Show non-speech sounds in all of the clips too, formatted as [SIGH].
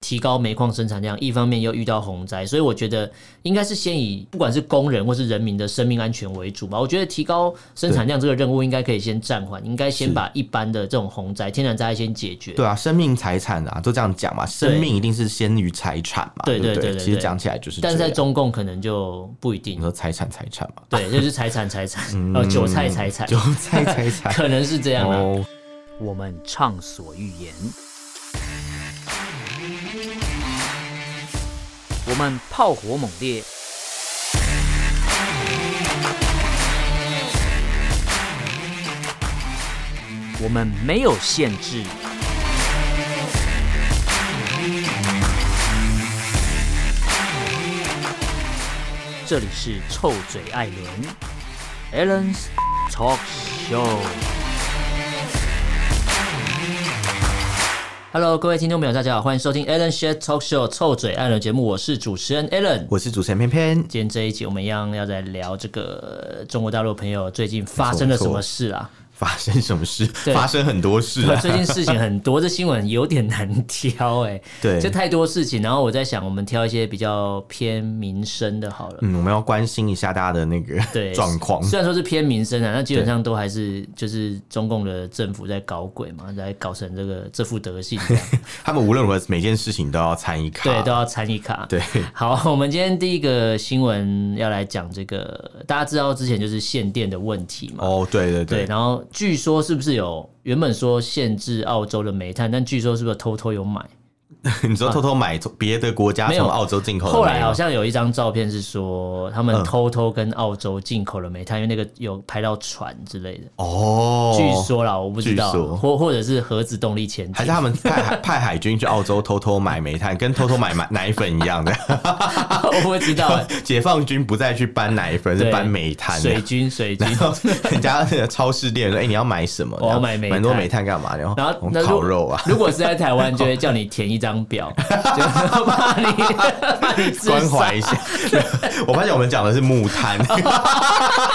提高煤矿生产量，一方面又遇到洪灾，所以我觉得应该是先以不管是工人或是人民的生命安全为主吧。我觉得提高生产量这个任务应该可以先暂缓，应该先把一般的这种洪灾、天然灾害先解决。对啊，生命财产啊，都这样讲嘛，生命一定是先于财产嘛，对对对不对对对其实讲起来就是这但样，是在中共可能就不一定你，说财产财产 [LAUGHS] 嘛，对，就是财产财 [LAUGHS] 产，呃，韭菜财产，嗯韭菜 [LAUGHS] 财产可能是这样啦。哦，我们畅所欲言；我们炮火猛烈；我们没有限制。这里是臭嘴艾伦 a l l e n s Talk Show。 Hello，各位听众朋友，大家好，欢迎收听 Alan s h a t Talk Show 臭嘴艾伦节目，我是主持人 Alan。我是主持人偏偏，今天这一集，我们一样要在聊这个呃中国大陆朋友最近发生了什么事啊？发生什么事？对发生很多事对，啊，最近事情很多，这新闻有点难挑哎、 [LAUGHS] 对这太多事情。然后我在想，我们挑一些比较偏民生的好了。嗯，我们要关心一下大家的那个对状况，虽然说是偏民生啊，那基本上都还是就是中共的政府在搞鬼嘛，来搞成这个这副德性 [LAUGHS] 这样，他们无论如何每件事情都要参与卡，对，都要参与卡。 [LAUGHS] 对，好，我们今天第一个新闻要来讲这个，大家知道之前就是限电的问题嘛？哦，对对对，对，然后据说是不是有原本说限制澳洲的煤炭，但据说是不是偷偷有买？你说偷偷买从别的国家没有从澳洲进口的后来煤吗好像有一张照片是说他们嗯偷偷跟澳洲进口了煤炭，因为那个有拍到船之类的。哦，据说啦，我不知道据说，或或者是核子动力潜艇还是，他们派海派海军去澳洲偷偷买煤炭，跟偷偷买买 [LAUGHS] 奶粉一样的。 [LAUGHS] 我不知道， [LAUGHS] 解放军不再去搬奶粉，是对搬煤炭。水军水军 [LAUGHS] 然。后人家那个超市店说：“哎、你要买什么？我要买煤炭蛮多煤炭干嘛？然后然后那嗯如烤肉啊，如果是在台湾，就会叫你填一张 [LAUGHS] 表，就怕你怕你自杀关 [LAUGHS] 怀一下。”我发现我们讲的是木炭， [LAUGHS]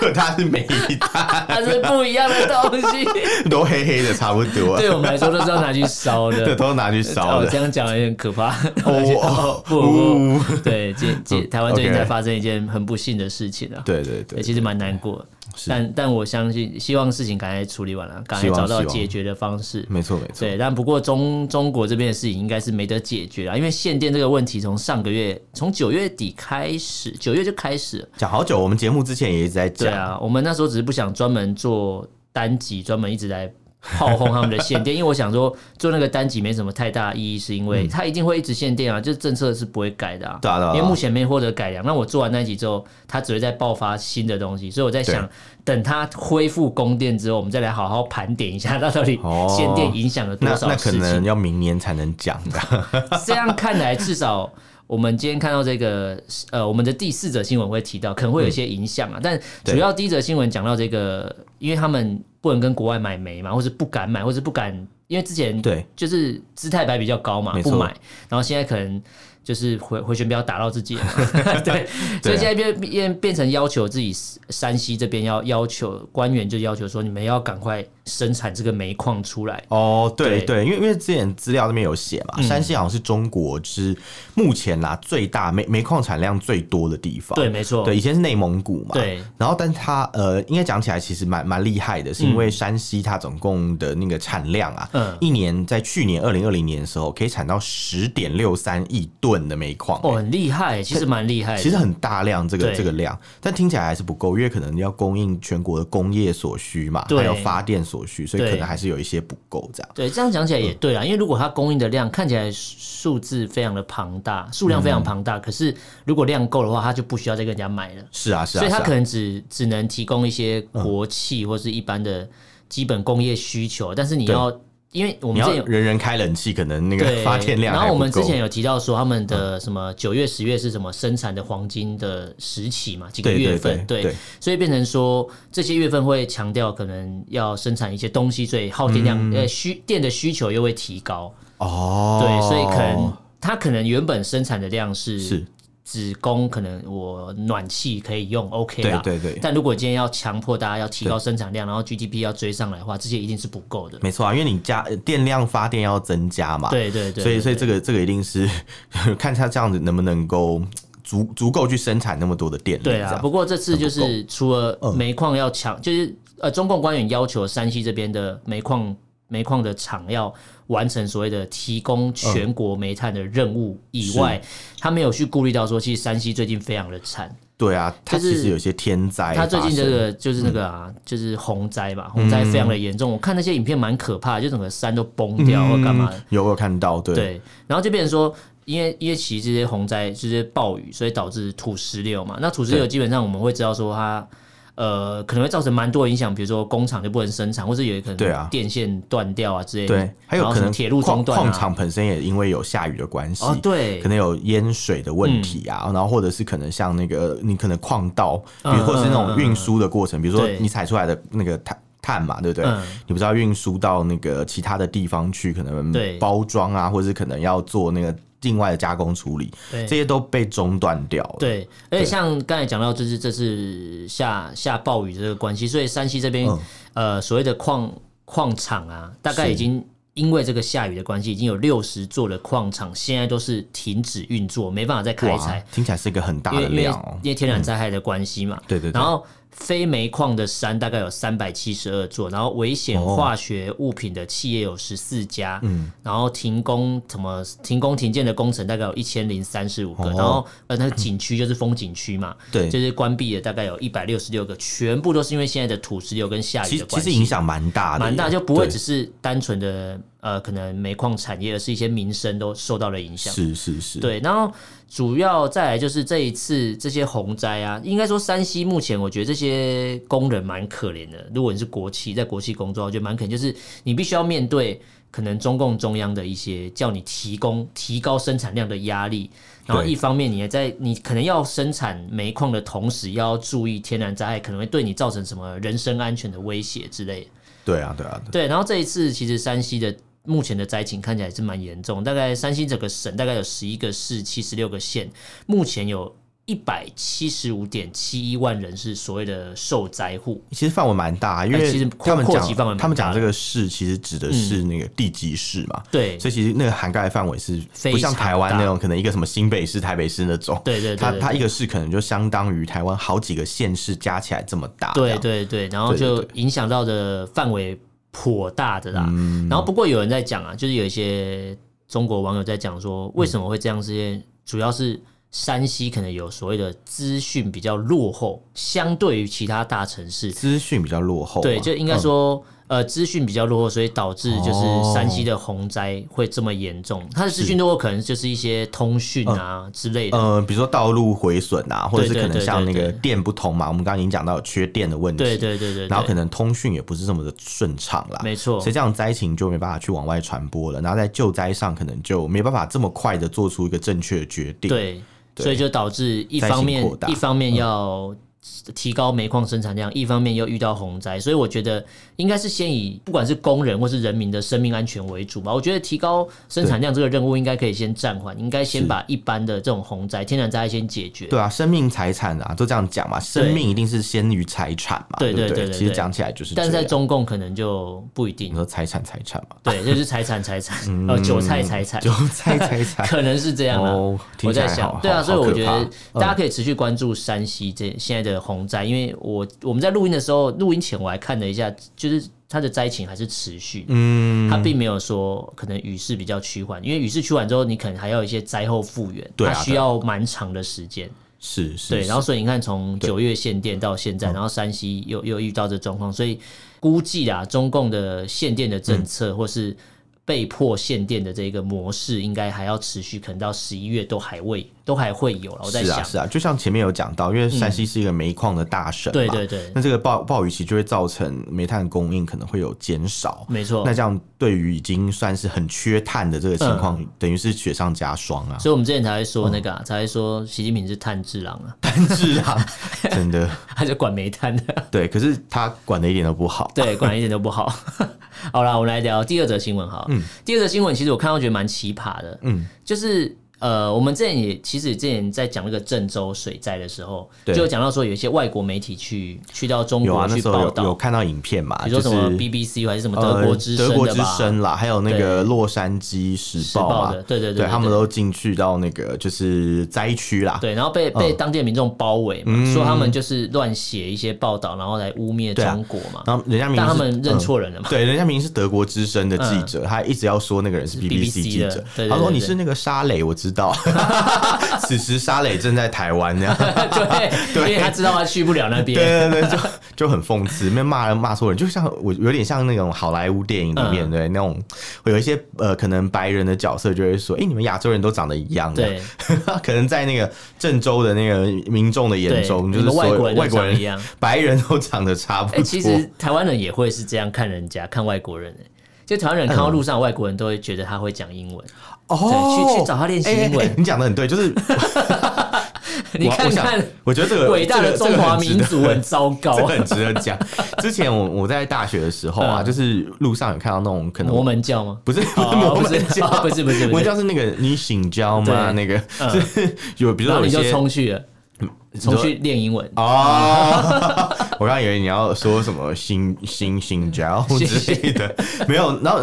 就它是煤炭，它是不一样的东 [LAUGHS] 西。都黑黑的，差不多。对我们来说都是要拿去烧 [LAUGHS] 对，的。都拿去烧哦，这的。样讲有点可怕。 [LAUGHS] 哦不呜不，对，这这嗯台湾最近 OK 在发生一件很不幸的事情啊。对对对对，，其实蛮难过的。但但我相信，希望事情赶快处理完了，赶快希望找到希望解决的方式。没错没错。对，但不过中中国这边的事情应该是没得解决啊了，因为限电这个问题从上个月从九月底开始，九月就开始了。讲好久，我们节目之前也一直在对讲。啊，我们那时候只是不想专门做单集，专门一直来炮轰他们的限 [LAUGHS] 电，因为我想说做那个单集没什么太大意义，是因为它一定会一直限电啊，就是政策是不会改的啊。嗯对啊对啊对啊因为目前没获得改良。那我做完那一集之后，它只会再爆发新的东西，所以我在想，等它恢复供电之后，我们再来好好盘点一下，它到底哦限电影响了多那少那可事情能。要明年才能讲的， [LAUGHS] 这样看来，至少我们今天看到这个呃，我们的第四则新闻会提到，可能会有一些影响啊。但主要第一则新闻讲到这个，因为他们不能跟国外买煤嘛，或是不敢买，或是不敢，因为之前对就是姿态摆比较高嘛，没错不买，然后现在可能。就是回回旋镖打到自己了 [LAUGHS] 嘛，啊对，所以现在变变变成要求自己山西这边要要求官员就要求说你们要赶快生产这个煤矿出来，哦，对对嗯对，因为因为之前资料那边有写嘛，山西好像是中国之目前啦最大煤煤矿产量最多的地方。对，没错，对，以前是内蒙古嘛。。对，然后，但它呃，应该讲起来其实蛮蛮厉害的，是因为山西它总共的那个产量啊，嗯一年在去年二零二零年的时候，可以产到十点六三亿吨的煤矿、欸哦，很厉害，其实蛮厉害的，其实很大量这个对这个量，但听起来还是不够，因为可能要供应全国的工业所需嘛，对还有发电所需，所以对可能还是有一些不够这样。对，这样讲起来也嗯对啊啦，因为如果它供应的量看起来数字非常的庞大，数量非嗯常庞大，可是如果量够的话，它就不需要再跟人家买了，是啊，是啊，所以它是啊嗯可能只只能提供一些国企或是一般的基本工业需求，但是你对要，因为我你们之要前有。人人开冷气，可能那个对，发电量还然后我们不够嗯之前有提到说，他们的什么九月、十月是什么生产的黄金的时期嘛，几个对月对份，对对，所以变成说这些月份会强调可能要生产一些东西，所以耗电量、嗯呃需电的需求又会提高，哦，对，所以可能它可能原本生产的量是是只供可能我暖气可以用，OK 对啦。对对啊但如果今天要强迫大家要提高生产量，然后 GDP 要追上来的话，这些一定是不够的。没错啊，因为你加呃电量发电要增加嘛，对对对，所以对所以对这个这个一定是 [LAUGHS] 看他这样子能不能够足足够去生产那么多的电力，对这啊，样不过这次就很是除了嗯煤矿要抢，就是呃，中共官员要求山西这边的煤矿煤矿的厂要完成所谓的提供全国煤炭的任务以外，他没有去顾虑到说，其实山西最近非常的惨，对啊，它就是其实有些天灾他发生，嗯最近这个就是那个啊，就是洪灾吧，洪灾非常的严重，我看那些影片蛮可怕的，就整个山都崩掉或干嘛的嗯，有有看到，对对，然后就变成说，因为因为其实这些洪灾、这些暴雨，所以导致土石流嘛。那土石流对基本上我们会知道说它。呃，可能会造成蛮多影响，比如说工厂就不能生产，或者有可对能啊电线断掉啊之类的。对，还有然后可什么能铁路矿中断矿啊。场本身也因为有下雨的关系，哦，对，嗯可能有淹水的问题啊，然后或者是可能像那个你可能矿道，比如或者是那种运输的过程，比如说嗯对你采出来的那个碳碳嘛，对不对？嗯你不是要运输到那个其他的地方去，可能对包装啊，或者是可能要做那个另外的加工处理，对这些都被中断掉了。对，而且像刚才讲到，就是这次下下暴雨这个关系，所以山西这边、嗯呃所谓的矿矿场啊，大概是已经因为这个下雨的关系，已经有六十座的矿场现在都是停止运作，没办法再开哇采，，听起来是一个很大因为的因为量哦因。为天然灾害的关系嘛。对对对然后非煤矿的山大概有三百七十二座，然后危险哦嗯化学物品的企业有十四家，然后停工什么停工停建的工程大概有一千零三十五个，哦然后呃那个景区就是风景区嘛，对就是关闭的大概有一百六十六个，全部都是因为现在的土石流跟下其雨的实其关实系。影响蛮大的耶，蛮大，就不会对只是单纯的呃，可能煤矿产业，而是一些民生都受到了影响。是是是，对，然后主要再来就是这一次这些洪灾啊，应该说山西目前我觉得这些工人蛮可怜的。如果你是国企，在国企工作，我觉得蛮可怜，就是你必须要面对可能中共中央的一些叫你提供提高生产量的压力，然后对一方面你也在你可能要生产煤矿的同时，也要注意天然灾害可能会对你造成什么人身安全的威胁之类的。对啊对啊，对对，然后这一次其实山西的目前的灾情看起来是蛮严重，大概山西整个省大概有十一个市、七十六个县，目前有一百七十五点七一万人是所谓的受灾户。其实范围蛮大，因哎其实为他们扩扩及范围讲蛮他们大讲的嗯这个市，其实指的是那个地级市嘛。对，所以其实那个涵盖的范围是非不像常台湾大那种，可能一个什么新北市、台北市那种，对对对它对它一个市可能就相当于台湾好几个县市加起来这么大。这对样，对对，然后对对就影响到的范围颇大的啦。嗯然后不过有人在讲啊，就是有一些中国网友在讲说，为什么会这样？这些主要是山西可能有所谓的资讯比较落后，相对于其他大城市，资讯比较落后嘛。啊嗯对，就应该说，呃，资讯比较落后，所以导致哦就是山西的洪灾会这么严重。它的资讯落后可能就是一些通讯啊之类的。呃，比如说道路毁损啊，或者是对对可能对像对那个对电不通嘛，我们刚刚已经讲到有缺电的问题。对对对对对，然后可能通讯也不是这么的顺畅啦，没错所以这样灾情就没办法去往外传播了，然后在救灾上可能就没办法这么快的做出一个正确的决定，，对，对所以就导致一灾方情面扩大嗯一方面要提高煤矿生产量，一方面又遇到洪灾，所以我觉得应该是先以不管是工人或是人民的生命安全为主吧。我觉得提高生产量这个任务应该可以先暂缓，应该先是把一般的这种洪灾、天然灾害先解决。对啊，生命财产啊，都这样讲嘛，生命一定是先于财产嘛，对对对不对对对其实讲起来就是这但样，是在中共可能就不一定 [LAUGHS] 你。说财产财产 [LAUGHS] 嘛，对，就是财产财产，嗯呃，韭菜财产，就财财产，可能是这样哦啊。我听起在来想好，对啊，好所以好我可觉怕嗯得大家可以持续关注山西这现在的洪灾，因为我我们在录音的时候，录音前我还看了一下，就是它的灾情还是持续，嗯，它并没有说可能雨势比较趋缓，因为雨势趋缓之后，你可能还要有一些灾后复原，对啊它需要蛮长的时间，是是，对，然后所以你看，从对嗯九月限电到现在，然后山西又又遇到这状况，所以估计啊，中共的限电的政策、嗯或是被迫限电的这个模式，应该还要持续，可能到十一月都还未都还会有了。我在是想，嗯啊是啊，就像前面有讲到，因为山西是一个煤矿的大省嘛，对对对那这个暴暴雨期就会造成煤炭供应可能会有减少，没错那。这样对于已经算是很缺碳的这个情嗯况，等于是雪上加霜啊！所以我们之前才会说那个、啊，才会说习近平是炭治郎 [LAUGHS] 啊， [LAUGHS] 是啊，真的他就管煤炭的，对。可是他管的一点都不好，对，管得一点都不好。 [LAUGHS] 好啦，我们来聊第二则新闻哈。第二则新闻其实我看到觉得蛮奇葩的，嗯，就是呃，我们之前也其实之前在讲那个郑州水灾的时候，就对有讲到说有一些外国媒体去去到中有国，啊那去时候报有有道，看到影片嘛，比如说什么就是 BBC 还是什么呃德国之德声国的之吧，声啦，还有那对个洛杉矶时时报报嘛，的，对对对他们都进去到那个就是灾区啦。对，然后被被当地的民众包围嘛，嗯说他们就是乱写一些报道，然后来污蔑对啊中国嘛，然后人家明但他明是们认、嗯错人了嘛。嗯对，人家明明是德国之声的记者，他一直要说那个人是 BBC 记的者。对对他说对你对是那个沙磊，我 [LAUGHS] 知道。此时沙磊正在台湾这样。 [LAUGHS] [LAUGHS] 对，因为他知道他去不了那边。嗯对对对，就 [LAUGHS] 就很讽刺，没有骂人骂错人，就像我有点像那种好莱坞电影里面、嗯对那种会有一些呃可能白人的角色就会说，哎、你们亚洲人都长得一样，对， [LAUGHS] 可能在那个郑州的那个民众的眼对，中，你就是们所外有国人外都国长得一人、样。白人都长得差不哎、多。其实台湾人也会是这样看人家，看外国人、欸。就台湾人看到路上的外国人都会觉得他会讲英文，哦，对去去找他练习英文哎哎哎你讲的很对，就是你我看我想看我觉得这个伟大的这个中华民这族个很很值糟得糕 [LAUGHS] 这个，很值得讲。之前我我在大学的时候啊，嗯就是路上有看到那种可能摩门教吗？不是 [LAUGHS] 不是哦摩不是门教，不是不是不是摩门教是那个你醒教吗？对嗯那个就是 [LAUGHS] 有，比如然后说有你一就些冲去了，冲去练英文。 [LAUGHS] 哦，我刚以为你要说什么醒醒醒教之类的，没有，然后。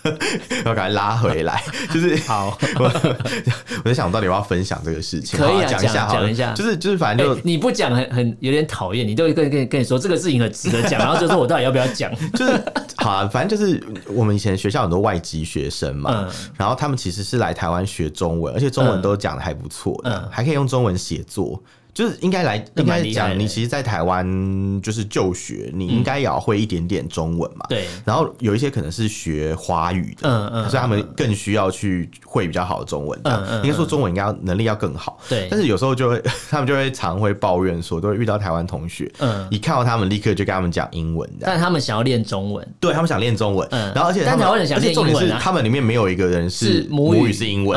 [LAUGHS] 要赶快拉回 [LAUGHS] 来，就是好，我我在想，我到底要不要分享这个事情？可以啊好讲一下讲好了，讲一下就是就是，反哎正就、你不讲很很有点讨厌，你都跟跟跟你说这个事情很值得讲，然后就说我到底要不要讲？就是好、啊，反正就是我们以前学校很多外籍学生嘛，嗯然后他们其实是来台湾学中文，而且中文都讲的还不错的，嗯还可以用中文写作。就是应该来，那应蛮该厉害的讲你其实，在台湾就是就学，你应该也要会一点点中文嘛。对，然后有一些可能是学华语的，嗯嗯所以他们更需要去会比较好的中文。嗯嗯嗯应该说中文应该要能力要更好。对但是有时候就会， [LAUGHS] 他们就会常会抱怨说，都会遇到台湾同学，嗯一看到他们立刻就跟他们讲英文这样。但他们想要练中文，对他们想练中文，嗯然后而且他们但台湾人想而且练英重文啊点是他们里面没有一个人是是母语嗯语是英文，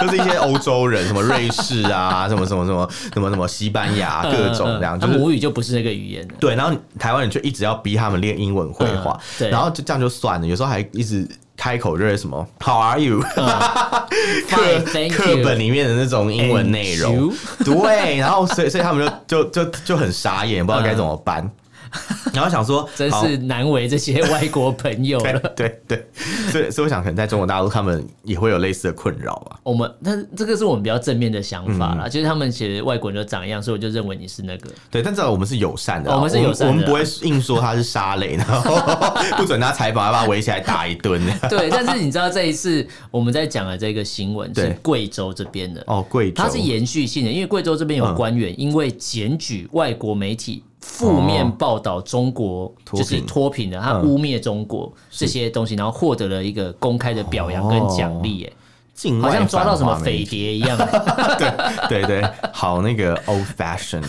就是一些欧洲人，什 [LAUGHS] 么瑞士啊，什么什么什么什么什么西班牙各种这样，他就嗯是啊母语就不是那个语言了。对，然后台湾人就一直要逼他们练英文绘画嗯，对然后就这样就算了，有时候还一直。开口就是什么 “How are you”，课 [LAUGHS] Fine，thank you 课本里面的那种英文内容 And， [LAUGHS] 对，然后所以所以他们就就就就很傻眼，不知道该怎么办，然后想说嗯真好是难为这些外国朋友 [LAUGHS] 对了。 [LAUGHS] 对对，所以所以我想，可能在中国大陆，他们也会有类似的困扰吧。我们，但是这个是我们比较正面的想法嗯啦，就是他们其实外国人都长一样，所以我就认为你是那 [LAUGHS] 个。对，但至少我们是友善的啦，哦我们是友善的我们不会硬说他是沙雷，然后 [LAUGHS] 不准他采访，还把他围起来打一顿。对，但是你知道这一次我们在讲的这个新闻是对贵州这边的，哦，贵州，它是延续性的，因为贵州这边有嗯官员因为检举外国媒体负面报道中国，哦脱就贫是脱贫的，他嗯污蔑中国这些东西，然后获得了一个公开的表扬跟奖励，哎，境哦外好像抓到什么反华媒匪体，谍一样，哎对对对，好那个 old fashion，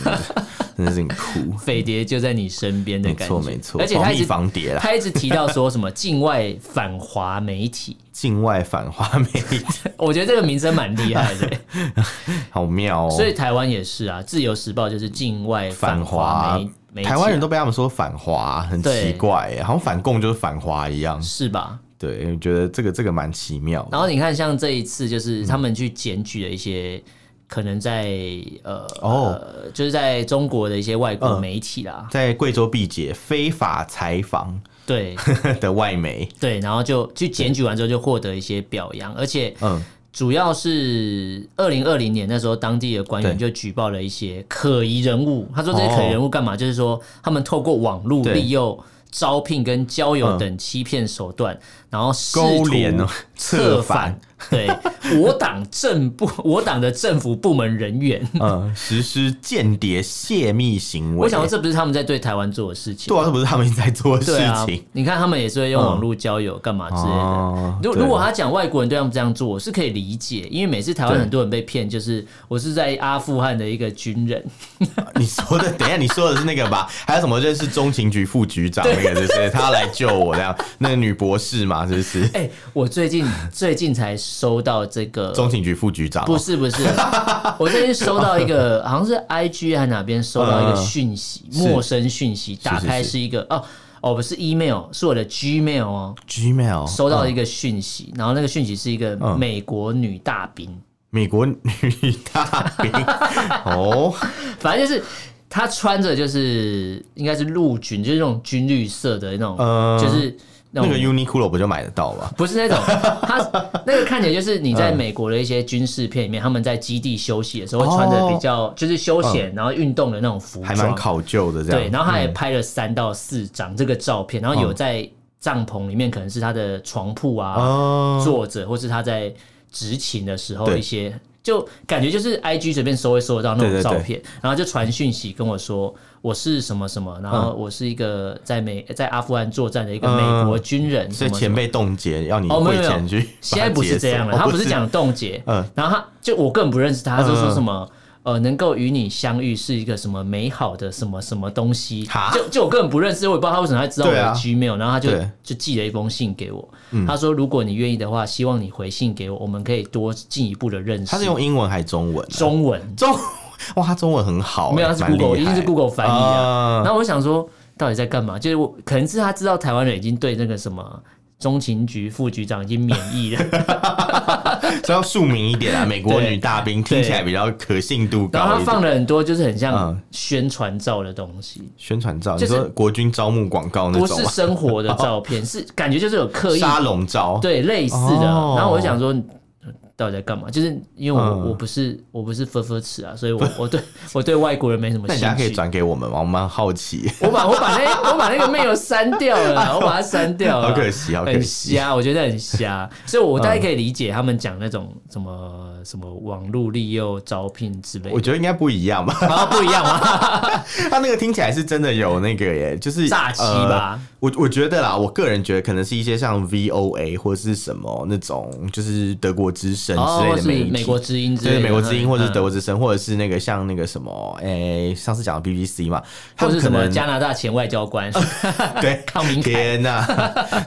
真 [LAUGHS] 的是很酷，匪谍就在你身边的没感错觉，没错，而且他防一疫直防谍啦，他一直提到说什么境外反华媒体， [LAUGHS] 境外反华媒体， [LAUGHS] 我觉得这个名声蛮厉害的、好妙 [LAUGHS] 哦。所以台湾也是啊，《自由时报》就是境外反反华华媒媒，体啊、哦台湾人都被他们说反华，很对奇怪耶，好像反共就是反华一样。是吧？对，我觉得这个这个蛮奇妙的。然后你看，像这一次就是他们去检举了一些。可能在呃哦呃就是在中国的一些外国嗯媒体啦，在贵州毕节非法采访对的外媒，对，然后就去检举完之后就获得一些表扬，而且嗯，主要是二零二零年那时候，当地的官员就对哦举报了一些可疑人物。他说这些可疑人物干嘛？就是说他们透过网络对利诱、招聘跟交友嗯等欺骗手段，然后试勾图 [LAUGHS] 连哦策策反反对 [LAUGHS] 我党政部、我党的政府部门人员。嗯，实施间谍泄密行为。我想说，这不是他们在对台湾做的事情对。啊，这不是他们在做的事对啊情，嗯你看他们也是会用网络交友干嘛之类的。哦如对如果他讲外国人对他们这样做，我是可以理解，因为每次台湾对很多人被骗，就是我是在阿富汗的一个军人，你说的，等一下你说的是那个吧？还有什么认识中情局副局长那个，就是他要来救我这样，那个女博士嘛，是 [LAUGHS] 不是？哎、我最 [LAUGHS] 近最近才收到这个，中情局副局长哦不是不 [LAUGHS] 是，我最近收到一个，好像是 I G 还哪边收到一个嗯讯息，是陌生讯息，打是开是是一个哦。哦哦，不是 email，是我的 Gmail 哦， Gmail 收到一个讯息，然后那个讯息是一个嗯美国女大兵，美国女大 [LAUGHS] 兵哦，反正就是她穿着就是应该是陆军，就是那种军绿色的那种，呃就是那那种个 Uniqlo 不就买得到吗？ [LAUGHS] 不是那种， [LAUGHS] 他那个看起来就是你在美国的一些军事片里面，他们在基地休息的时候会穿着比较就是休闲，然后运动的那种服哦嗯还蛮装。考究的这样。嗯对，然后他还拍了三到四张这个照片，然后有在帐篷里面，可能是他的床铺啊、哦，坐着，或是他在执勤的时候对一些，就感觉就是 I G 随便搜一搜得到那对种对对照片，然后就传讯息跟我说我是什么什么，然嗯后我是一个在美在阿富汗作战的一个美国军人什么所以什么，钱被冻结，要你哦没汇有没有钱去。 [LAUGHS] 现在不是这样了，把它哦他解锁不是，讲冻结，嗯然后他就我更不认识他，他就说嗯什么。呃，能够与你相遇是一个什么美好的什么什么东西哈？就就我根本不认识，我也不知道他为什么他知道我对的啊 Gmail，、然后他就对嗯就寄了一封信给我。他说，如果你愿意的话，希望你回信给我，我们可以多进一步的认识。他是用英文还是中文啊？中文， [LAUGHS] 中哇，他中文很好欸，没有，他是蛮厉 Google，一定是害 Google 翻译啊。啊然后我想说，到底在干嘛？就是我可能是他知道台湾人已经对那个什么中情局副局长已经免疫了，所以要庶民一 [LAUGHS] 点啊，美国对女大兵听起来比较可信度然后高他一点。放了很多就是很像嗯宣传照的东西，宣传照，你就是说国军招募广告那不种是吗？生活的照 [LAUGHS] 片，是感觉就是有刻意沙龙照，对类似的。哦然后我就想说。到底在干嘛？就是因为我、嗯我不是我不是分分吃啊，所以我 [LAUGHS] 我对我对外国人没什么那兴你大家可以趣。转给我们吗？我蛮好奇，我把我把那我把那个 mail 删掉了 [LAUGHS] 啦，我把它删掉了。好可惜，好可很惜。瞎，我觉得很瞎，所以我大概可以理解他们讲那嗯种什么什么网络利诱招聘之类我的，觉得应该不一样吧，然后不一样吗？ [LAUGHS] 他那个听起来是真的有那个耶，就是诈欺吧呃我我觉得啦，我个人觉得可能是一些像 VOA 或是什么那种，就是德国之声哦，之类或的是媒体，美国之音之就类是的，美国之音，或者是嗯德国之声，或者是那个像那个什么，诶、上次讲的 BBC 嘛，他或们是可什么能哦加拿大前外交官，对康明凯天 [LAUGHS] 呐、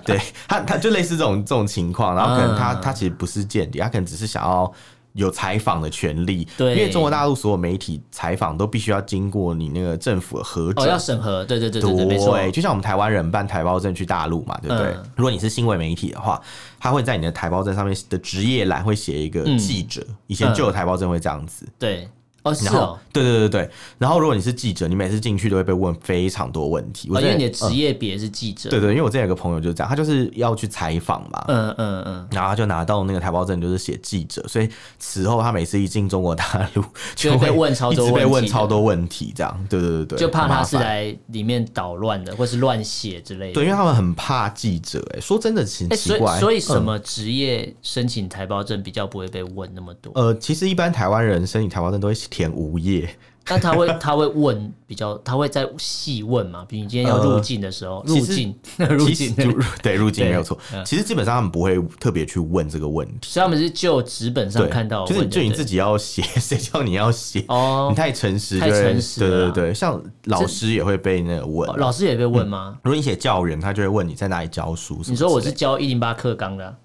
对他他就类似这种这种情况，然后可能他、嗯他其实不是间谍，他可能只是想要。有采访的权利，对因为中国大陆所有媒体采访都必须要经过你那个政府的核 [LAUGHS] 哦，准要，审核，对对对对对，没错，啊对，就像我们台湾人办台胞证去大陆嘛，对不对嗯？如果你是新闻媒体的话，他会在你的台胞证上面的职业栏会写一个记者，以前旧的台胞证会这样子，对，哦是然后哦，对对对对，然后如果你是记者，你每次进去都会被问非常多问题，我哦因觉得为你的职业别是记者，对对，因为我之前有个朋友就是这样，他就是要去采访嘛，嗯嗯嗯，然后他就拿到那个台胞证，就是写记者，所以此后他每次一进中国大陆就就会会被问超多一直被问问题的超多问题，这样，对对对对，就怕很他麻是烦来里面捣乱的，或是乱写之类的对，。因为他们很怕记者、哎，说真的，奇哎，奇所以怪，所以什嗯么职业申请台胞证比较不会被问那么多？呃，其实一般台湾人申请台胞证都会填无业，但他会 [LAUGHS] 他会问比较，他会在细问嘛，比如你今天要入境的时候，入其实境 [LAUGHS] 入嗯其境实，就对入境对嗯没有错。其实基本上他们不会特别去问这个问题，所以他们是就纸本上对，看到的就是问，就你对不对自己要写， [LAUGHS] 谁叫你要写？哦你，太诚实就太会，诚实对了啊对对，像老师也会被那个问啊。哦老师也被问吗？如果你写教人，他就会问你在哪里教书什么之类。你说我是教一零八课纲的啊，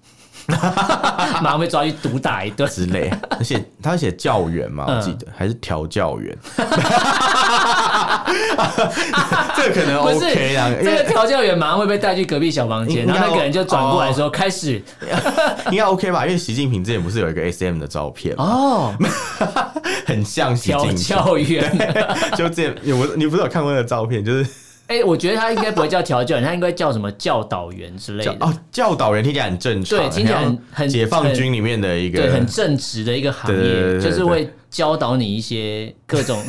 [LAUGHS] 马上被抓去毒打一顿。之类，而且他写教员嘛，嗯我记得还是调教 [LAUGHS] 员。 [LAUGHS] 这个可能 [LAUGHS] 不是 OK 啦，这因个为调教员马上会被带去隔壁小房间，应该哦然后那个人就转过来说：“开始 [LAUGHS] 应该 OK 吧？因为习近平之前不是有一个 SM 的照片嘛，哦，很像习调近平。教员。 [LAUGHS] 就这，有我你不是有看过那个照片，就是” [LAUGHS] 哎，我觉得他应该不会叫调教员，他应该叫什么教导员之类教的，哦教导人听起来很正常，对听起来很像很解放军里面的一对，个很，正直的一个行对对对业，对就是对会教导你一些各种。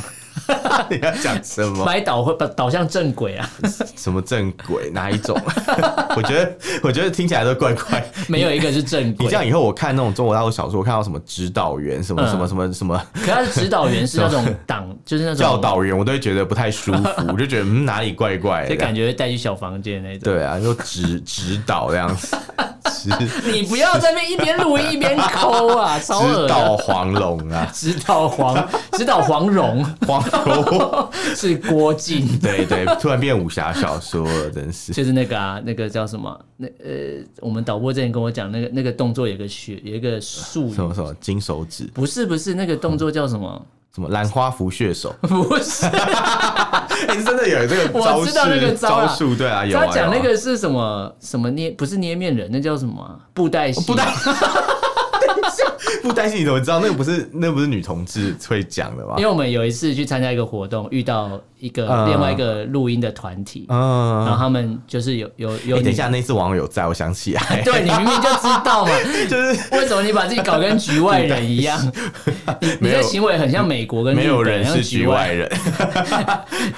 [LAUGHS] 你要讲什么？歪倒会把导向正轨啊，什么正轨哪一种？ [LAUGHS] 我觉得我觉得听起来都怪怪。没有一个是正你轨这。样以后，我看那种中国大陆小说，我看到什么指导员，什么嗯什么什么什么可他的指导员是那种党，就是那种教，导员，我啊都会觉得不太舒服，我就觉得嗯哪里怪怪就的。感觉会带去小房间那种。对啊，就指指导这样子，指你不要在那边一边录音一边抠 [LAUGHS] 啊，超恶指的。导黄龙啊，指导黄，指导 [LAUGHS] 黄蓉 [LAUGHS] 黄龙，是郭靖， [LAUGHS] 对对，突然变武侠小说了，真是。就是那个啊，那个叫什么？那呃，我们导播之前跟我讲，那个那个动作有个学，有一个术什语，么什么金手指， [LAUGHS] 不是不是，那个动作叫什么？ [LAUGHS] 啊什么兰花拂血手，不是，哎真的有这个我招知道那个式招啊招数，对啊，有啊。他讲那有啊个是什么什么捏，不是捏面人，那叫什么啊布袋戏？不担，等一下不担心你怎么知道？那个不是那不是女同志会讲的吗因？为我们有一次去参加一个活动，遇到一个、嗯另外一个录音的团体，然后嗯，他们就是有有啊有、哎，等一下，，那次网友有在，我想起来， [LAUGHS] 对你明明就知道嘛，就是为什么你把自己搞跟局外人一 [LAUGHS] 样？你你没这有行为很像美国跟没日有本人很像是局局外， [LAUGHS] 人。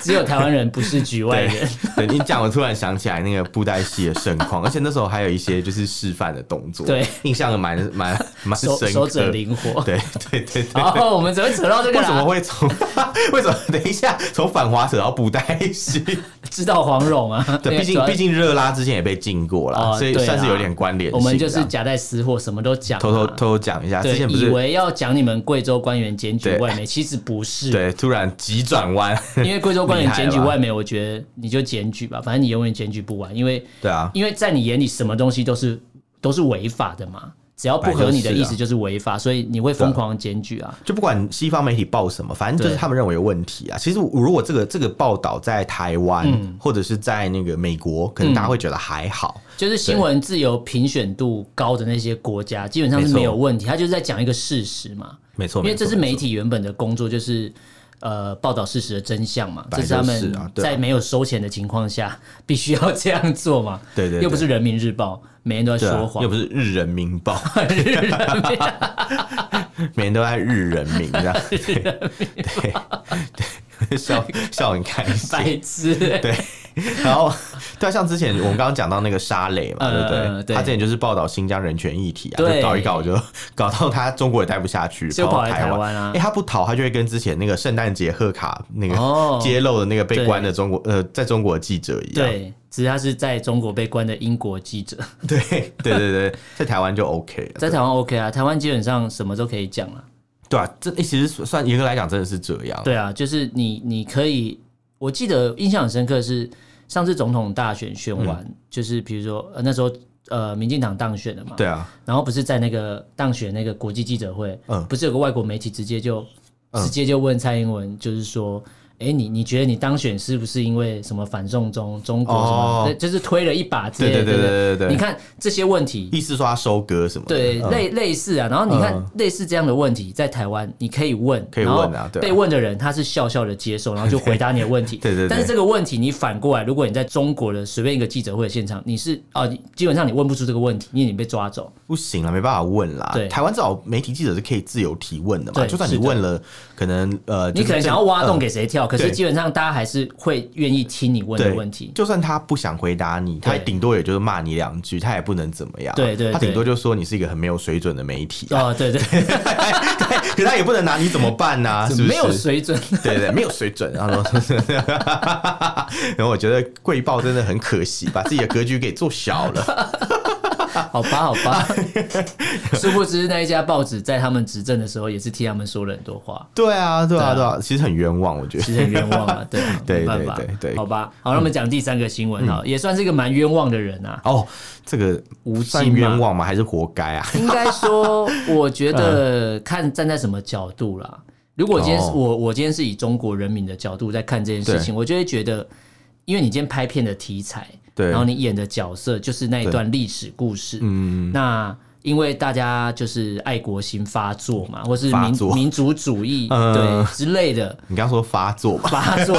只有台湾人不是局外人。对你讲，我突然想起来那个布袋戏的盛况，而且那时候还有一些就是示范的动作，对，印象蛮蛮蛮 [LAUGHS] 深手刻。手指灵活。对对对对。然后我们只会扯到这个为什么啦，会从 [LAUGHS] 为什么等一下从反华扯到布袋 [LAUGHS] 戏？知道黄蓉啊？对，毕因竟为毕竟热拉之前也被禁过啦，哦所以对啦算是有点关联性我的啊。们就是夹带私货，什么都讲啊，偷偷偷偷讲一下，之对，前不以是为要讲你们贵州官员检举对外媒，其实不是，对突然急转弯， [LAUGHS] 因为贵州官员检厉举害吧外媒，我觉得你就检举吧，反正你永远检举不完，因为对啊，因为在你眼里什么东西都是都是违法的嘛，只要不合你的意哎啊思就是违法，所以你会疯狂检举啊。就不管西方媒体报什么，反正就是对他们认为有问题啊。其实我如果这个这个报道在台湾、嗯或者是在那个美国，可能大家会觉得还好。就是新闻自由评选度高的那些国家，基本上是没有问题，他就是在讲一个事实嘛，没错，因为这是媒没错。体原本的工作，就是。呃，报道事实的真相嘛，本这来是他就是们啊对啊在没有收钱的情况下 [LAUGHS] 必须要这样做嘛。对对对又不是人民日报，每天都在对啊说谎又，不是日人民报， [LAUGHS] 日人民每天都在日人 [LAUGHS] 民这样，对对对，笑笑很开心。白痴、欸。 [LAUGHS] 对，啊然后对啊，像之前我们刚刚讲到那个沙磊嘛，嗯对不嗯嗯对？对他之前就是报道新疆人权议题啊，对就搞一搞就搞到他中国也待不下去，就跑跑来到台湾湾啊哎，他不逃，他就会跟之前那个圣诞节贺卡那哦个揭露的那个被对关的中国呃，在中国的记者一样。对，只是他是在中国被关的英国记者，对对对对，在台湾就 OK 了。在台湾 OK 啊，台湾基本上什么都可以讲了。对啊，这、欸、其实算严格来讲真的是这样。对啊，就是你你可以，我记得印象很深刻的是上次总统大选选完，嗯就是比如说、呃、那时候呃民进党当选了嘛，对啊，然后不是在那个当选那个国际记者会，嗯不是有个外国媒体直接就、直接就问蔡英文，就是说。哎，你你觉得你当选是不是因为什么反送中中国什么哦的？对就是推了一把之类的。对对对不对对对你看这些问题，意思说他收割什么的？对，嗯类类似啊，然后你看嗯类似这样的问题，在台湾你可以问，可以问啊然后对啊被问的人他是笑笑的接受，然 [LAUGHS] 后就回答你的问题。对对对但是这个问题你反过来，如果你在中国的随便一个记者会的现场，你是啊，你基本上你问不出这个问题，因为你被抓走。不行了，没办法问啦。对台湾至少媒体记者是可以自由提问的嘛，对就算是你的问了，可能呃，你可能想要挖洞给。给谁跳，可是对基本上大家还是会愿意听你问对的问题。就算他不想回答你，他对顶多也就是骂你两句，他也不能怎么样。对对他顶对多就说你是一个很没有水准的媒体啊、哦，对对， [LAUGHS] 对，可他也不能拿你怎么办呐、是不是？没有水准。 [LAUGHS] 对对，没有水准。然后， [LAUGHS] 然后我觉得贵报真的很可惜，把自己的格局给做小了。好吧，好吧，殊不知那一家报纸在他们执政的时候，也是替他们说了很多话。对啊，对啊，对对啊啊，其实很冤枉，我觉其得。，实很冤枉啊，对啊 [LAUGHS] 对没办法对对对嗯好吧，好，那我们讲第三个新闻啊哈，也算是一个蛮冤枉的人啊。哦，这个无算尽嘛冤枉吗？还是活该啊？ [LAUGHS] 应该说，我觉得嗯看站在什么角度啦。如果今天是哦我，我今天是以中国人民的角度在看这件事情，我就会觉得，因为你今天拍片的题材，对然后你演的角色就是那一段历史故事，嗯，那。因为大家就是爱国心发作嘛，或是发民作民族主义、嗯对之类的你刚刚说发作吧，发作，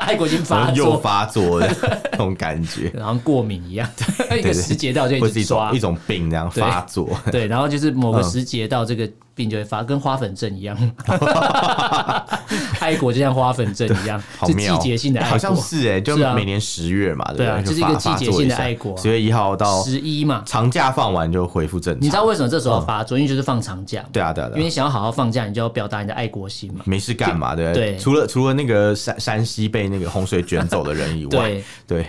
爱国心 [LAUGHS] 发作 [LAUGHS] 又，发作的那种 [LAUGHS] 感觉，然后过敏 [LAUGHS] 一样，一个时节到就或一是直一抓种一。种病这样发作。 [LAUGHS] 对，然后就是某个嗯时节到，这个病就会发，跟花粉症一 [LAUGHS] 样。爱国就像花粉症一样，[LAUGHS] 好是妙，季节性的爱好像国，是哎、就是啊每年十月嘛，对不对啊对？这是一个季节性的爱国啊十月一号到十一嘛。长假放完就恢复正常。你知道为什么这时候要发作？因为就是放长假嘛，嗯对啊，对啊，因为对啊你想要好好放假，你就要表达你的爱国心嘛。没事干嘛，对不对？对除了除了那个山山西被那个洪水卷走的人以外对，对，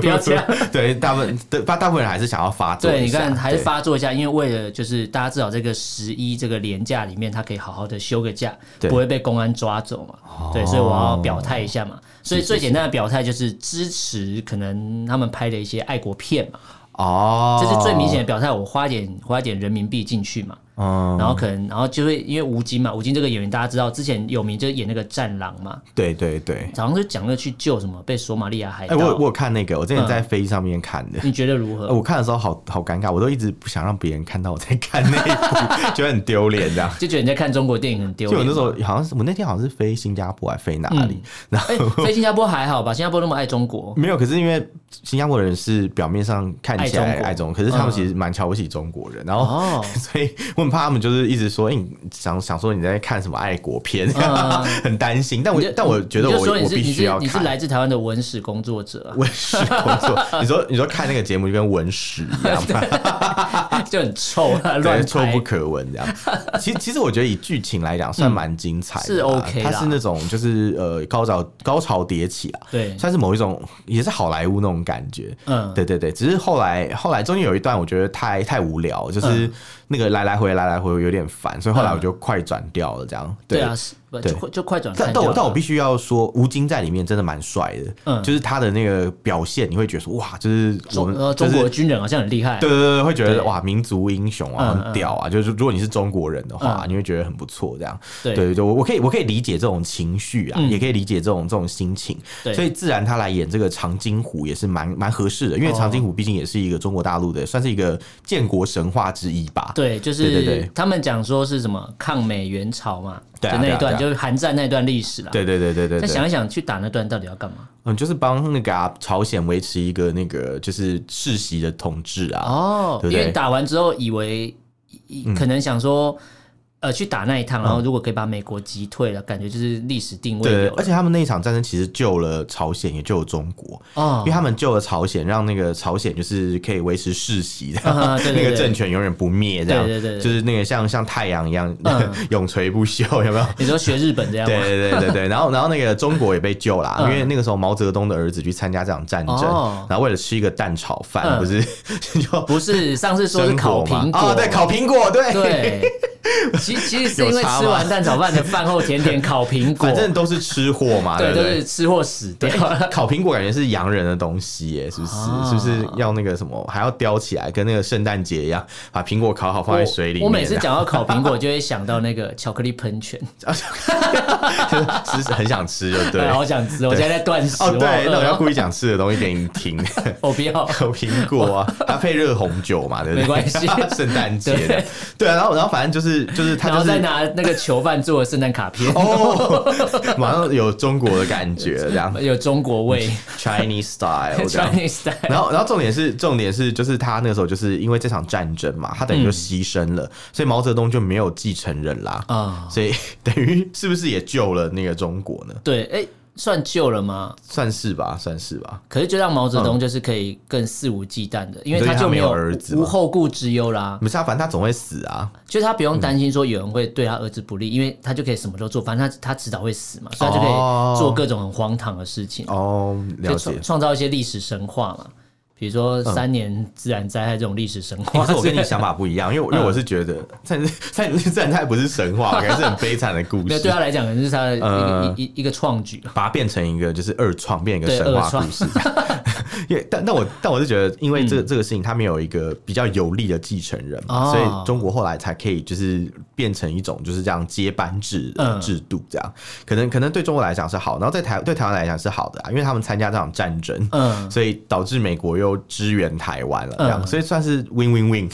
不要这样。 [LAUGHS] 对，大部分对大大部分人还是想要发作一下。对，你看还是对发作一下，因为为了就是大家至少这个十一这个年假里面，他可以好好的休个假，对不会被公安抓走嘛。对，所以我要表态一哦下嘛。所以最简单的表态就是支持可能他们拍的一些爱国片嘛。哦，这是最明显的表态。我花一点花一点人民币进去嘛，嗯，然后可能然后就会因为吴京嘛，吴京这个演员大家知道，之前有名就是演那个《战狼》嘛，对对对，好像是讲了去救什么被索马利亚海哎、盗。我有我有看那个，我之前在嗯飞机上面看的。你觉得如何？呃我看的时候好好尴尬，我都一直不想让别人看到我在看那一部，觉得 [LAUGHS] 很丢脸这样。就觉得你在看中国电影很丢就我脸。那时候好像是我那天好像是飞新加坡还是飞哪里，然后哎， [LAUGHS] 飞新加坡还好吧？新加坡那么爱中国，没有，可是因为新加坡人是表面上看起来爱中国爱中，可是他们其实蛮瞧不起中国人，然后。哦， [LAUGHS] 所以我很怕他们，就是一直说，哎、你想想说你在看什么爱国片， [LAUGHS] 很担心。但我啊你就但我觉得你我就说你我是必你须是要你是看。来自台湾的文史工作者文史工 [LAUGHS] 作，你说你说看那个节目就跟文史一样嘛，啊，就很臭啊，对，乱臭不拍。可闻这样。其实其实我觉得以剧情来讲算蛮精彩的啦、嗯是 OK 啦它是那种就是呃高潮高潮迭起啊，对，算是某一种也是好莱坞那种感觉。嗯，对对对，只是后来后来中间有一段我觉得太太无聊，就是嗯那个来来回来来回回有点烦，所以后来我就快转掉了这样。对啊，是不对就快就快转但看掉但我了。但我必须要说，吴京在里面真的蛮帅的，嗯就是他的那个表现，你会觉得说哇，就是我中们呃就中是国的军人好像很厉害。对对对，会觉对得哇，民族英雄啊，嗯很屌啊！就是如果你是中国人的话，嗯你会觉得很不错，这样。对对对，我我可以我可以理解这种情绪啊，嗯也可以理解这种这种心情，对所以自然他来演这个长津湖也是蛮蛮合适的，因为哦长津湖毕竟也是一个中国大陆的，算是一个建国神话之一吧。对，就对对是对他们讲说是什么抗美援朝嘛，对啊就那一对啊对段啊就是韩战那段历史啦。，对对对对对再对，想一想，去打那段到底要干嘛？嗯，就是帮那个啊、朝鲜维持一个那个就是世袭的统治啊。哦，对不因对嗯为打完之后以为以可能想说。呃，去打那一趟，然后如果可以把美国击退了，感觉就是历史定位对，有而了且他们那一场战争其实救了朝鲜，也救了中国。因哦为，他们救了朝鲜，让那个朝鲜就是可以维持世袭的，啊对对对那个政权永远不灭，这样，对对对对就是那个像像太阳一样、嗯 [LAUGHS] 永垂不朽，有没有？你说学日本这样对吗？ [LAUGHS] 对对对对，然后然后那个中国也被救啦，嗯因为那个时候毛泽东的儿子去参加这场战争，哦然后为了吃一个蛋炒饭，嗯不是 [LAUGHS] 就 [LAUGHS] 不是，上次说是生烤火嘛苹果，哦，对，烤苹果，对， [LAUGHS] 对。其其实是因为有差吗吃完蛋炒饭的饭后甜点烤苹果反，正都是吃货嘛，对，不都对是？吃货死 [LAUGHS] 掉。欸烤苹果感觉是洋人的东西耶，是不是？啊是不是要那个什么，还要叼起来，跟那个圣诞节一样，把苹果烤好放在水里面啊我。我每次这样讲到烤苹果，就会想到那个巧克力喷泉， [LAUGHS] 就是很想吃，就 [LAUGHS] 对对，。好嗯想吃哦。我现在在断食，哦，对，那我要要故意讲吃的东西给你听，我不要。有苹 [LAUGHS] 果啊，它配热红酒嘛，对不对？哦没关系 [LAUGHS] 圣诞节的对，对啊，然后然后反正就是就是 [LAUGHS] 他然后就再是。拿那个囚犯做的圣诞卡片，哦， [LAUGHS] 马上有中国的感觉，这 [LAUGHS] 样有中国 [LAUGHS] 味 Chinese style 这样。 ，Chinese style。 [LAUGHS] 然后，然后重点是，重点是，就是他那个时候就是因为这场战争嘛，他等于就牺牲了，所以毛泽东就没有继承人啦，啊所以等于是不是也救了那个中国呢？对，哎，算旧了吗？算是吧，算是吧。可是就让毛泽东就是可以更肆无忌惮的，因为嗯你说他他就没没有有儿子无吗后顾之忧啦。没事啊，反正他总会死啊。就是他不用担心说有人会对他儿子不利，因为他就可以什么都做，反正他他迟早会死嘛，所以他就可哦以做各种很荒唐的事情，哦，就了解创。创造一些历史神话嘛，比如说三年自然灾害这种历史神 [LAUGHS] 话。可是我跟你想法不一样，因为我因为嗯我是觉得 [LAUGHS] 战战战太不是 [LAUGHS] 神话，感觉是很悲惨的故没有事对，他啊来讲，可能是他的一个、呃一一一个创举把它变成一个就是二创，变成对一个神话二创故事。 [LAUGHS] 因为但但我但我是觉得，因为这个、这个事情，他没有一个比较有力的继承人嘛，嗯哦所以中国后来才可以就是变成一种就是这样接班制的嗯制度，这样、可能可能对中国来讲是好，然后在台对台湾来讲是好的啊，因为他们参加这场战争。嗯，所以导致美国又支援台湾了，这样，嗯所以算是 win win win，、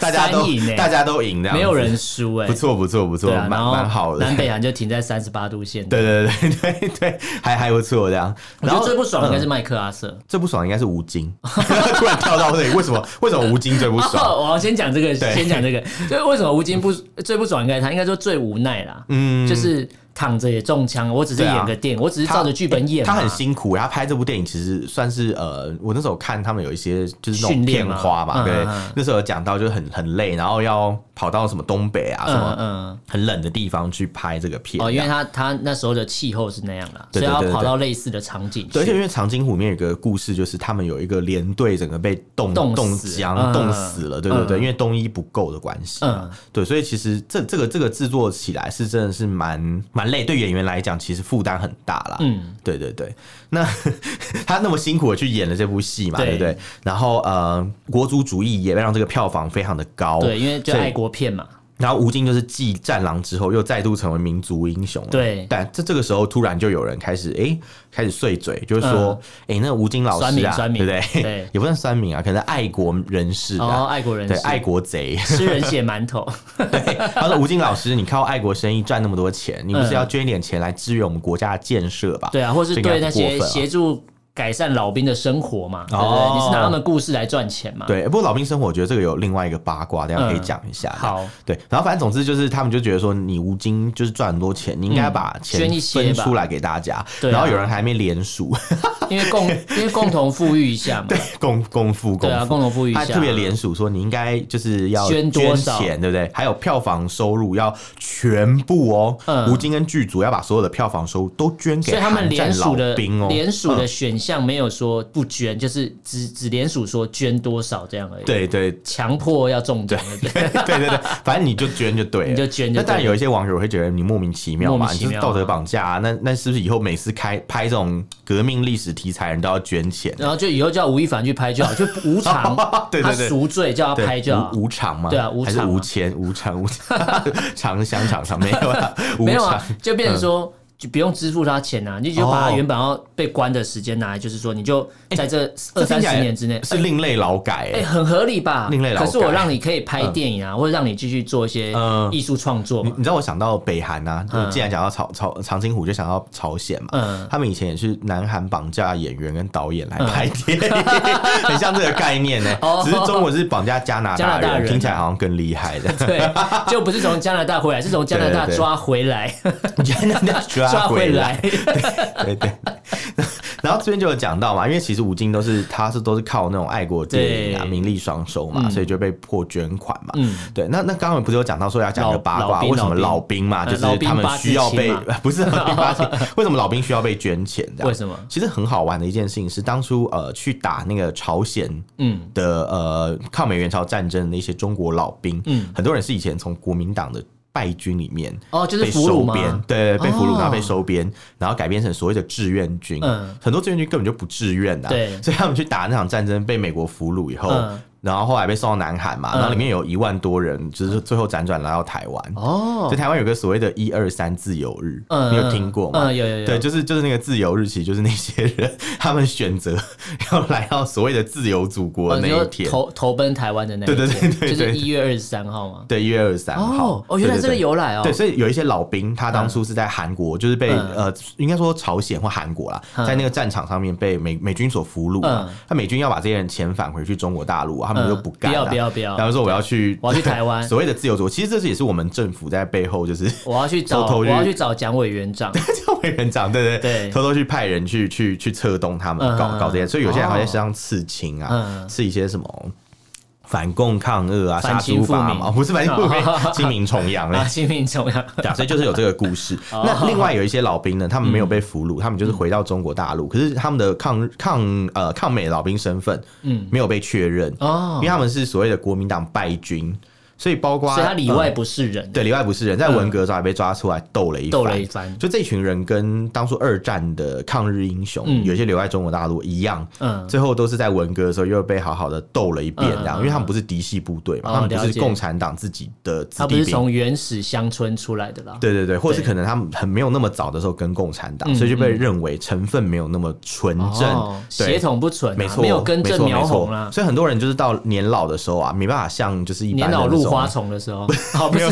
大家都三赢欸大家都赢，这样没有子人输哎、不错不错不错，对啊，蛮然后蛮好的。南北韩就停在三十八度线。， [LAUGHS] 对对对对对，还还不错这样。我然觉得后最不爽的应该是嗯麦克阿瑟。最不爽应该是吴京， [LAUGHS] 突然跳到这里，为什么为什么吴京最不爽？哦，我要先讲这个，对先讲 [LAUGHS] 这个，就是为什么吴京不最不爽应该是他，应该说最无奈啦，嗯就是躺着也中枪，我只是对啊演个电影，我只是照着剧本演嘛，他很辛苦，他拍这部电影其实算是呃，我那时候看他们有一些就是那种训练片嘛花嘛，嗯对嗯嗯，那时候有讲到就是很很累，然后要跑到什么东北啊，什嗯么嗯。很冷的地方去拍这个片，哦，因这为样他他那时候的气候是那样啦，对对所以对要对跑到类似的场景对，而且去。因为长津湖里面有一个故事，就是他们有一个连队整个被冻冻冻死僵、嗯冻死了，对对对，嗯因为冬衣不够的关系嘛，嗯对，所以其实这这个这个制作起来是真的是蛮蛮蛮累，对演员来讲其实负担很大啦。嗯，对对对。那 [LAUGHS] 他那么辛苦的去演了这部戏嘛，对对不对？然后呃，国足主义也让这个票房非常的高，对，因为就所以爱国片嘛，然后吴京就是继《战狼》之后，又再度成为民族英雄了。对但这这个时候突然就有人开始哎、诶开始碎嘴，就是说哎、诶那吴京老酸师民嗯啊，酸对民不对？对也不算酸民啊，可能是爱国人士哦，啊，爱国人对士，爱国贼。 [LAUGHS] 吃人血馒头，他说吴京老师，你靠爱国生意赚那么多钱，你不嗯是要捐一点钱来支援我们国家的建设吧？对啊，或是这个对很那些过分啊协助改善老兵的生活嘛，对不对？哦你是拿他们故事来赚钱嘛？，对，不过老兵生活，我觉得这个有另外一个八卦，等一下可以讲一下。嗯好，对，然后反正总之就是，他们就觉得说，你吴京就是赚很多钱，你应该把钱捐嗯一些分吧出来给大家。对啊然后有人还没联署， [LAUGHS] 因为共因为共同富裕一下嘛，共共富对共啊，富。共同富裕一他下，特别联署说，你应该就是要捐多少钱，对不对？还有票房收入要全部哦，嗯吴京跟剧组要把所有的票房收入都捐给所以他们韩联战署老的兵哦，联署的嗯选项没有说不捐，就是只只联署说捐多少这样而已。，对对强迫要中奖，对不 [LAUGHS] 对对对对，反正你就捐就对了，你就捐就对了那当然有一些网友会觉得你莫名其妙莫嘛，名你其就妙啊是道德绑架啊。那那是不是以后每次开拍这种革命历史题材，人都要捐钱？，然后就以后叫吴亦凡去拍就好，就无偿 [LAUGHS] 对对他对赎罪叫他对拍就好。无无偿嘛，对啊无还偿啊是无钱无偿无偿 [LAUGHS] 长香长长没有啊，[LAUGHS] 无没有偿啊，就变成说。就不用支付他钱啊，你就把他原本要被关的时间拿来，就是说，你就在这二哎这听三起来十年之内，是另类劳改哎，欸。很合理吧？另类劳可改是我让你可以拍电影啊，或者让你继续做一些嗯艺术创作你嘛。你知道我想到北韩呐、嗯啊，既然讲到朝朝长津湖，就想到朝鲜嘛。嗯他们以前也是南韩绑架演员跟导演来拍电影， [LAUGHS] 很像这个概念呢、嗯 [LAUGHS] 哦只是中国是绑架加拿加拿大大人，人啊听起来好像更厉害 [LAUGHS] 的。 [LAUGHS] 对，就不是从加拿大回来，是从加拿大对对对抓回来，加拿大抓抓回来来，。 [LAUGHS] 对对。然后这边就有讲到嘛，因为其实吴京都是他是都是靠那种爱国电影啊，对名利双收嘛，所以就被迫捐款嘛。嗯对，那那刚刚不是有讲到说要讲一个老八老卦，兵为什么老老兵兵嘛，呃就是老兵他们八字需要亲被嘛 [LAUGHS] 不是老兵 [LAUGHS] 八字亲，为什么老兵需要被捐钱？这样为什么其实很好玩的一件事情是，当初呃去打那个朝鲜嗯，的呃抗美援朝战争的一些中国老兵，嗯嗯，很多人是以前从国民党的败军里面哦，就是被俘收虏编嘛，，对，被俘哦虏，然后被收编，然后改编成所谓的志愿军。嗯很多志愿军根本就不志愿的、对所以他们去打那场战争，被美国俘虏以后，嗯然后后来被送到南韩嘛，嗯然后里面有一万多人，就是最后辗转来到台湾。哦所以，台湾有个所谓的“一二三自由日”，嗯你有听过吗？嗯，有有有，对，就是就是那个自由日期，就是那些人 [LAUGHS] 他们选择 [LAUGHS] 要来到所谓的自由祖国哦的你那说一天，投投奔台湾的那一对对天对对就是对一月二十三号嘛。对，一月二十三号哦。哦，原来对对这个对由来哦。对，所以有一些老兵，他当初是在韩国，就是被、嗯呃，应该说朝鲜或韩国啦，嗯在那个战场上面被美美军所俘虏嘛。嗯那、美军要把这些人遣返回去中国大陆啊，他们就不嗯干、啊不要不要不要然后说我要去，我要去台湾 [LAUGHS] 所谓的自由国，其实这也是我们政府在背后就是。我要去找偷偷我去要去找蒋委员长， [LAUGHS] 教委员长，对对对偷偷去派人去去去策动他们嗯搞、搞这些，所以有些人还在哦身上刺青啊，嗯刺一些什么反共抗俄啊、反杀清猪复伐明嘛，不是反清复明 [LAUGHS] 哦，清明重阳 [LAUGHS] 嘞啊，性命重要。 [LAUGHS] 对啊，所以就是有这个故 [LAUGHS] 事。哦那另外有一些老兵呢，他们没有被俘虏，他们就是回到中国大陆，可是他们的抗抗呃抗美老兵身份，嗯嗯，没有被确认，因哦为，他们是所谓的国民党败军，所以包括所以他里外呃不是人，对里外不是人，在文革的时候还被抓出来斗了一斗番了一番。就这群人跟当初二战的抗日英雄，嗯有一些留在中国大陆一样，嗯，最后都是在文革的时候又被好好的斗了一遍，这嗯嗯样，嗯因为他们不是嫡系部队嘛，哦他们不了是解共产党自己的子他不弟是兵。从原始乡村出来的啦。对对对，或是对可能他们很没有那么早的时候跟共产党，嗯所以就被认为成分没有那么纯正，哦，对血统不纯啊，没错，没有根正没错苗红啊没啦错。所以很多人就是到年老的时候啊，没办法像就是一般年人老入那种啊花。丛的时 [LAUGHS] 候， [LAUGHS] 好，没有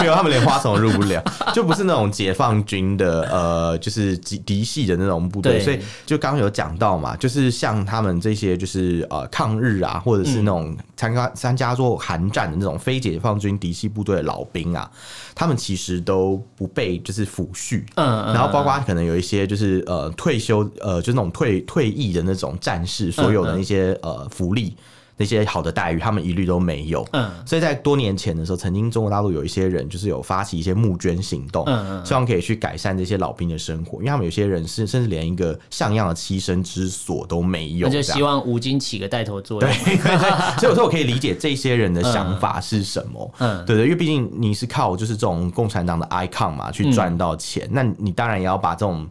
没有，他们连花丛入不了， [LAUGHS] 就不是那种解放军的呃，就是敌嫡系的那种部队，对所以就刚刚有讲到嘛，就是像他们这些就是呃抗日啊，或者是那种参加参加过韩战的那种非解放军嫡系部队的老兵啊，他们其实都不被就是抚恤，嗯，嗯然后包括可能有一些就是呃退休呃就是那种退退役的那种战士所有的那些呃福利。那些好的待遇，他们一律都没有。嗯所以在多年前的时候，曾经中国大陆有一些人就是有发起一些募捐行动，嗯嗯希望可以去改善这些老兵的生活，因为他们有些人是甚至连一个像样的栖身之所都没有那这就样，希望吴京起个带头作用对。， [LAUGHS] 所以我说我可以理解这些人的想法是什么。嗯对对，因为毕竟你是靠就是这种共产党的 icon 嘛去赚到钱，嗯那你当然也要把这种。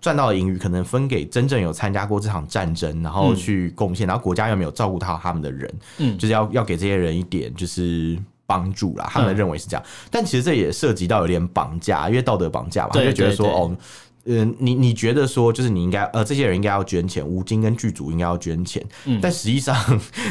赚到的盈余可能分给真正有参加过这场战争，然后去贡献，然后国家又没有照顾到他们的人，嗯就是要要给这些人一点就是帮助啦。他们认为是这样，但其实这也涉及到有点绑架，因为道德绑架嘛，他对就觉得说对对哦，呃，你你觉得说就是你应该呃，这些人应该要捐钱，吴京跟剧组应该要捐钱，嗯但实际上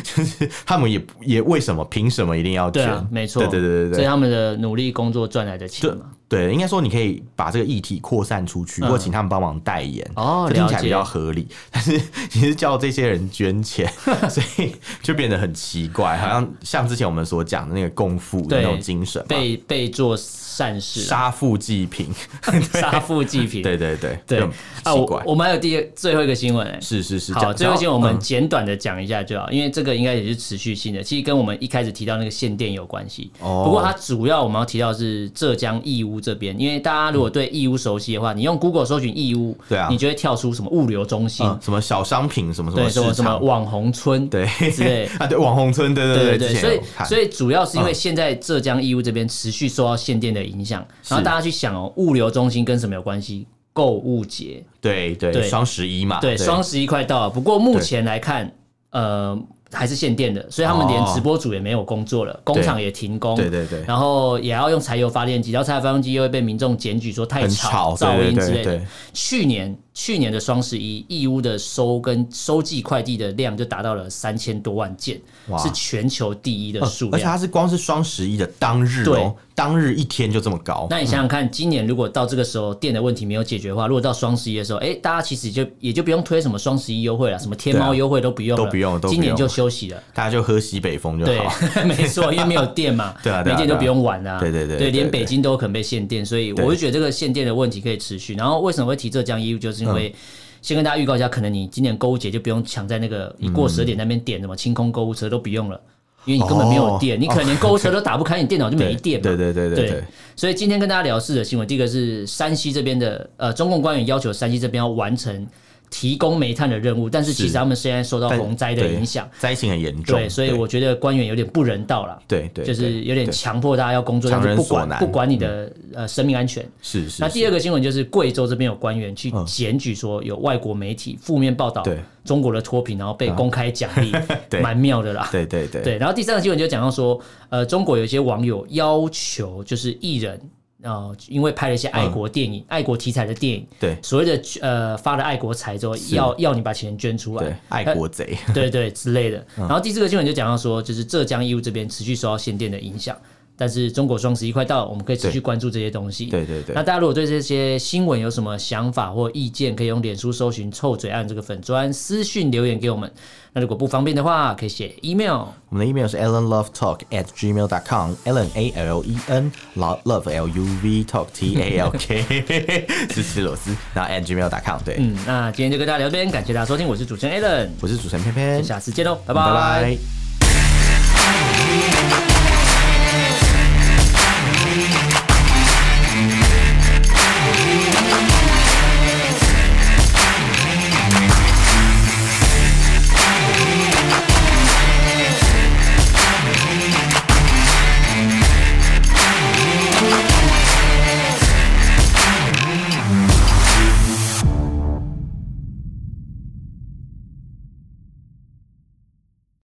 就是他们也也为什么凭什么一定要对捐？啊，没错，对对对对所以对。他们的努力工作赚来的对钱嘛。对，应该说你可以把这个议题扩散出去，嗯或请他们帮忙代言，哦这听起了来解比较合理。但是其实叫这些人捐钱， [LAUGHS] 所以就变得很奇怪，好像像之前我们所讲的那个共富的对那种精神嘛，被被做善事啊，杀富济贫， [LAUGHS] 杀富济贫。 [LAUGHS] 对对对，对就很啊，奇怪我，我们还有第二最后一个新闻、欸，是是是，好，讲最后一件我们嗯简短的讲一下就好，因为这个应该也是持续性的，其实跟我们一开始提到那个限电有关系。哦不过它主要我们要提到的是浙江义乌这边，因为大家如果对义乌熟悉的话，你用 Google 搜寻义乌，对啊你就会跳出什么物流中心，嗯什么小商品什么什啊对，么什市么什么场，网红村，对之类 [LAUGHS] 啊，对网红村，对对对嗯对之对，前所以有看所以主要是因为现在浙江义乌这边持续受到限电的影响，然后大家去想哦，物流中心跟什么有关系？购物节，对对对双十一嘛，对，双十一快到了，不过目前来看，呃，还是限电的，所以他们连哦直播组也没有工作了，工厂也停工，对对对然后也要用柴油发电机，然后柴油发电机又会被民众检举说太很吵、吵对噪音之类对的对。去年去年的双十一，义乌的收跟收寄快递的量就达到了三千多万件，哇是全球第一的呃数而且量。它是光是双十一的当日哦，当日一天就这么高，那你想想看，今年如果到这个时候电的问题没有解决的话，如果到双十一的时候，哎，大家其实就也就不用推什么双十一优惠了，什么天对啊猫优惠都不用了，都不用都不今年用就休息了。大家就喝西北风就对 [LAUGHS] 好。，没错，因为没有电嘛， [LAUGHS] 对啊对没啊电就不用玩啦、对对对对，对连对北京都有可能被限电，所以我对就觉得这个限电的问题可以持续。然后为什么会提浙江义乌，就是因嗯为。先跟大家预告一下，可能你今年购物节就不用抢在那个一过十二点那边点什么清空购物车都不用了，因为你根本没有电，哦你可能连购物车都打不开，你电脑就没对电嘛。对对对对对，所以今天跟大家聊四则新闻，第一个是山西这边的，呃，中共官员要求山西这边要完成提供煤炭的任务，但是其实是他们现在受到 [LAUGHS] 但洪灾的对影响，灾情很严重，对，所以我觉得官员有点不人道了。对对就对是有点对强迫大家要工作，但强是人不所管难嗯不管你的呃生命安全。是是那第二个个新闻就是贵州这边有官员去检举说有外国媒体负面报道对，中国的脱贫，然后被公开奖励 [LAUGHS] 对蛮妙的啦。对对对对，然后第三个新闻就讲到说，呃，中国有一些网友要求就是艺人。呃，因为拍了一些爱国电影、嗯爱国题材的电影，对所谓的呃发了爱国财之后，是要要你把钱捐出来对，，爱呃国贼， [LAUGHS] 对对之类的。嗯然后第四个新闻就讲到说，就是浙江义乌这边持续受到限电的影响，但是中国双十一快到了，我们可以持续关注这些东西。对对对那大家如果对这些新闻有什么想法或意见，可以用脸书搜寻“臭嘴案”这个粉砖私讯留言给我们。那如果不方便的话，可以写 email。我们的 email 是 allenlovetalk at gmail dot com，allen a l e n lo- love l u v talk t a l k [LAUGHS] 是吃螺丝，然后 at gmail dot com 对，嗯，那今天就跟大家聊这边，感谢大家收听，我是主持人 Alan，嗯我是主持人偏偏，下次见喽，拜拜。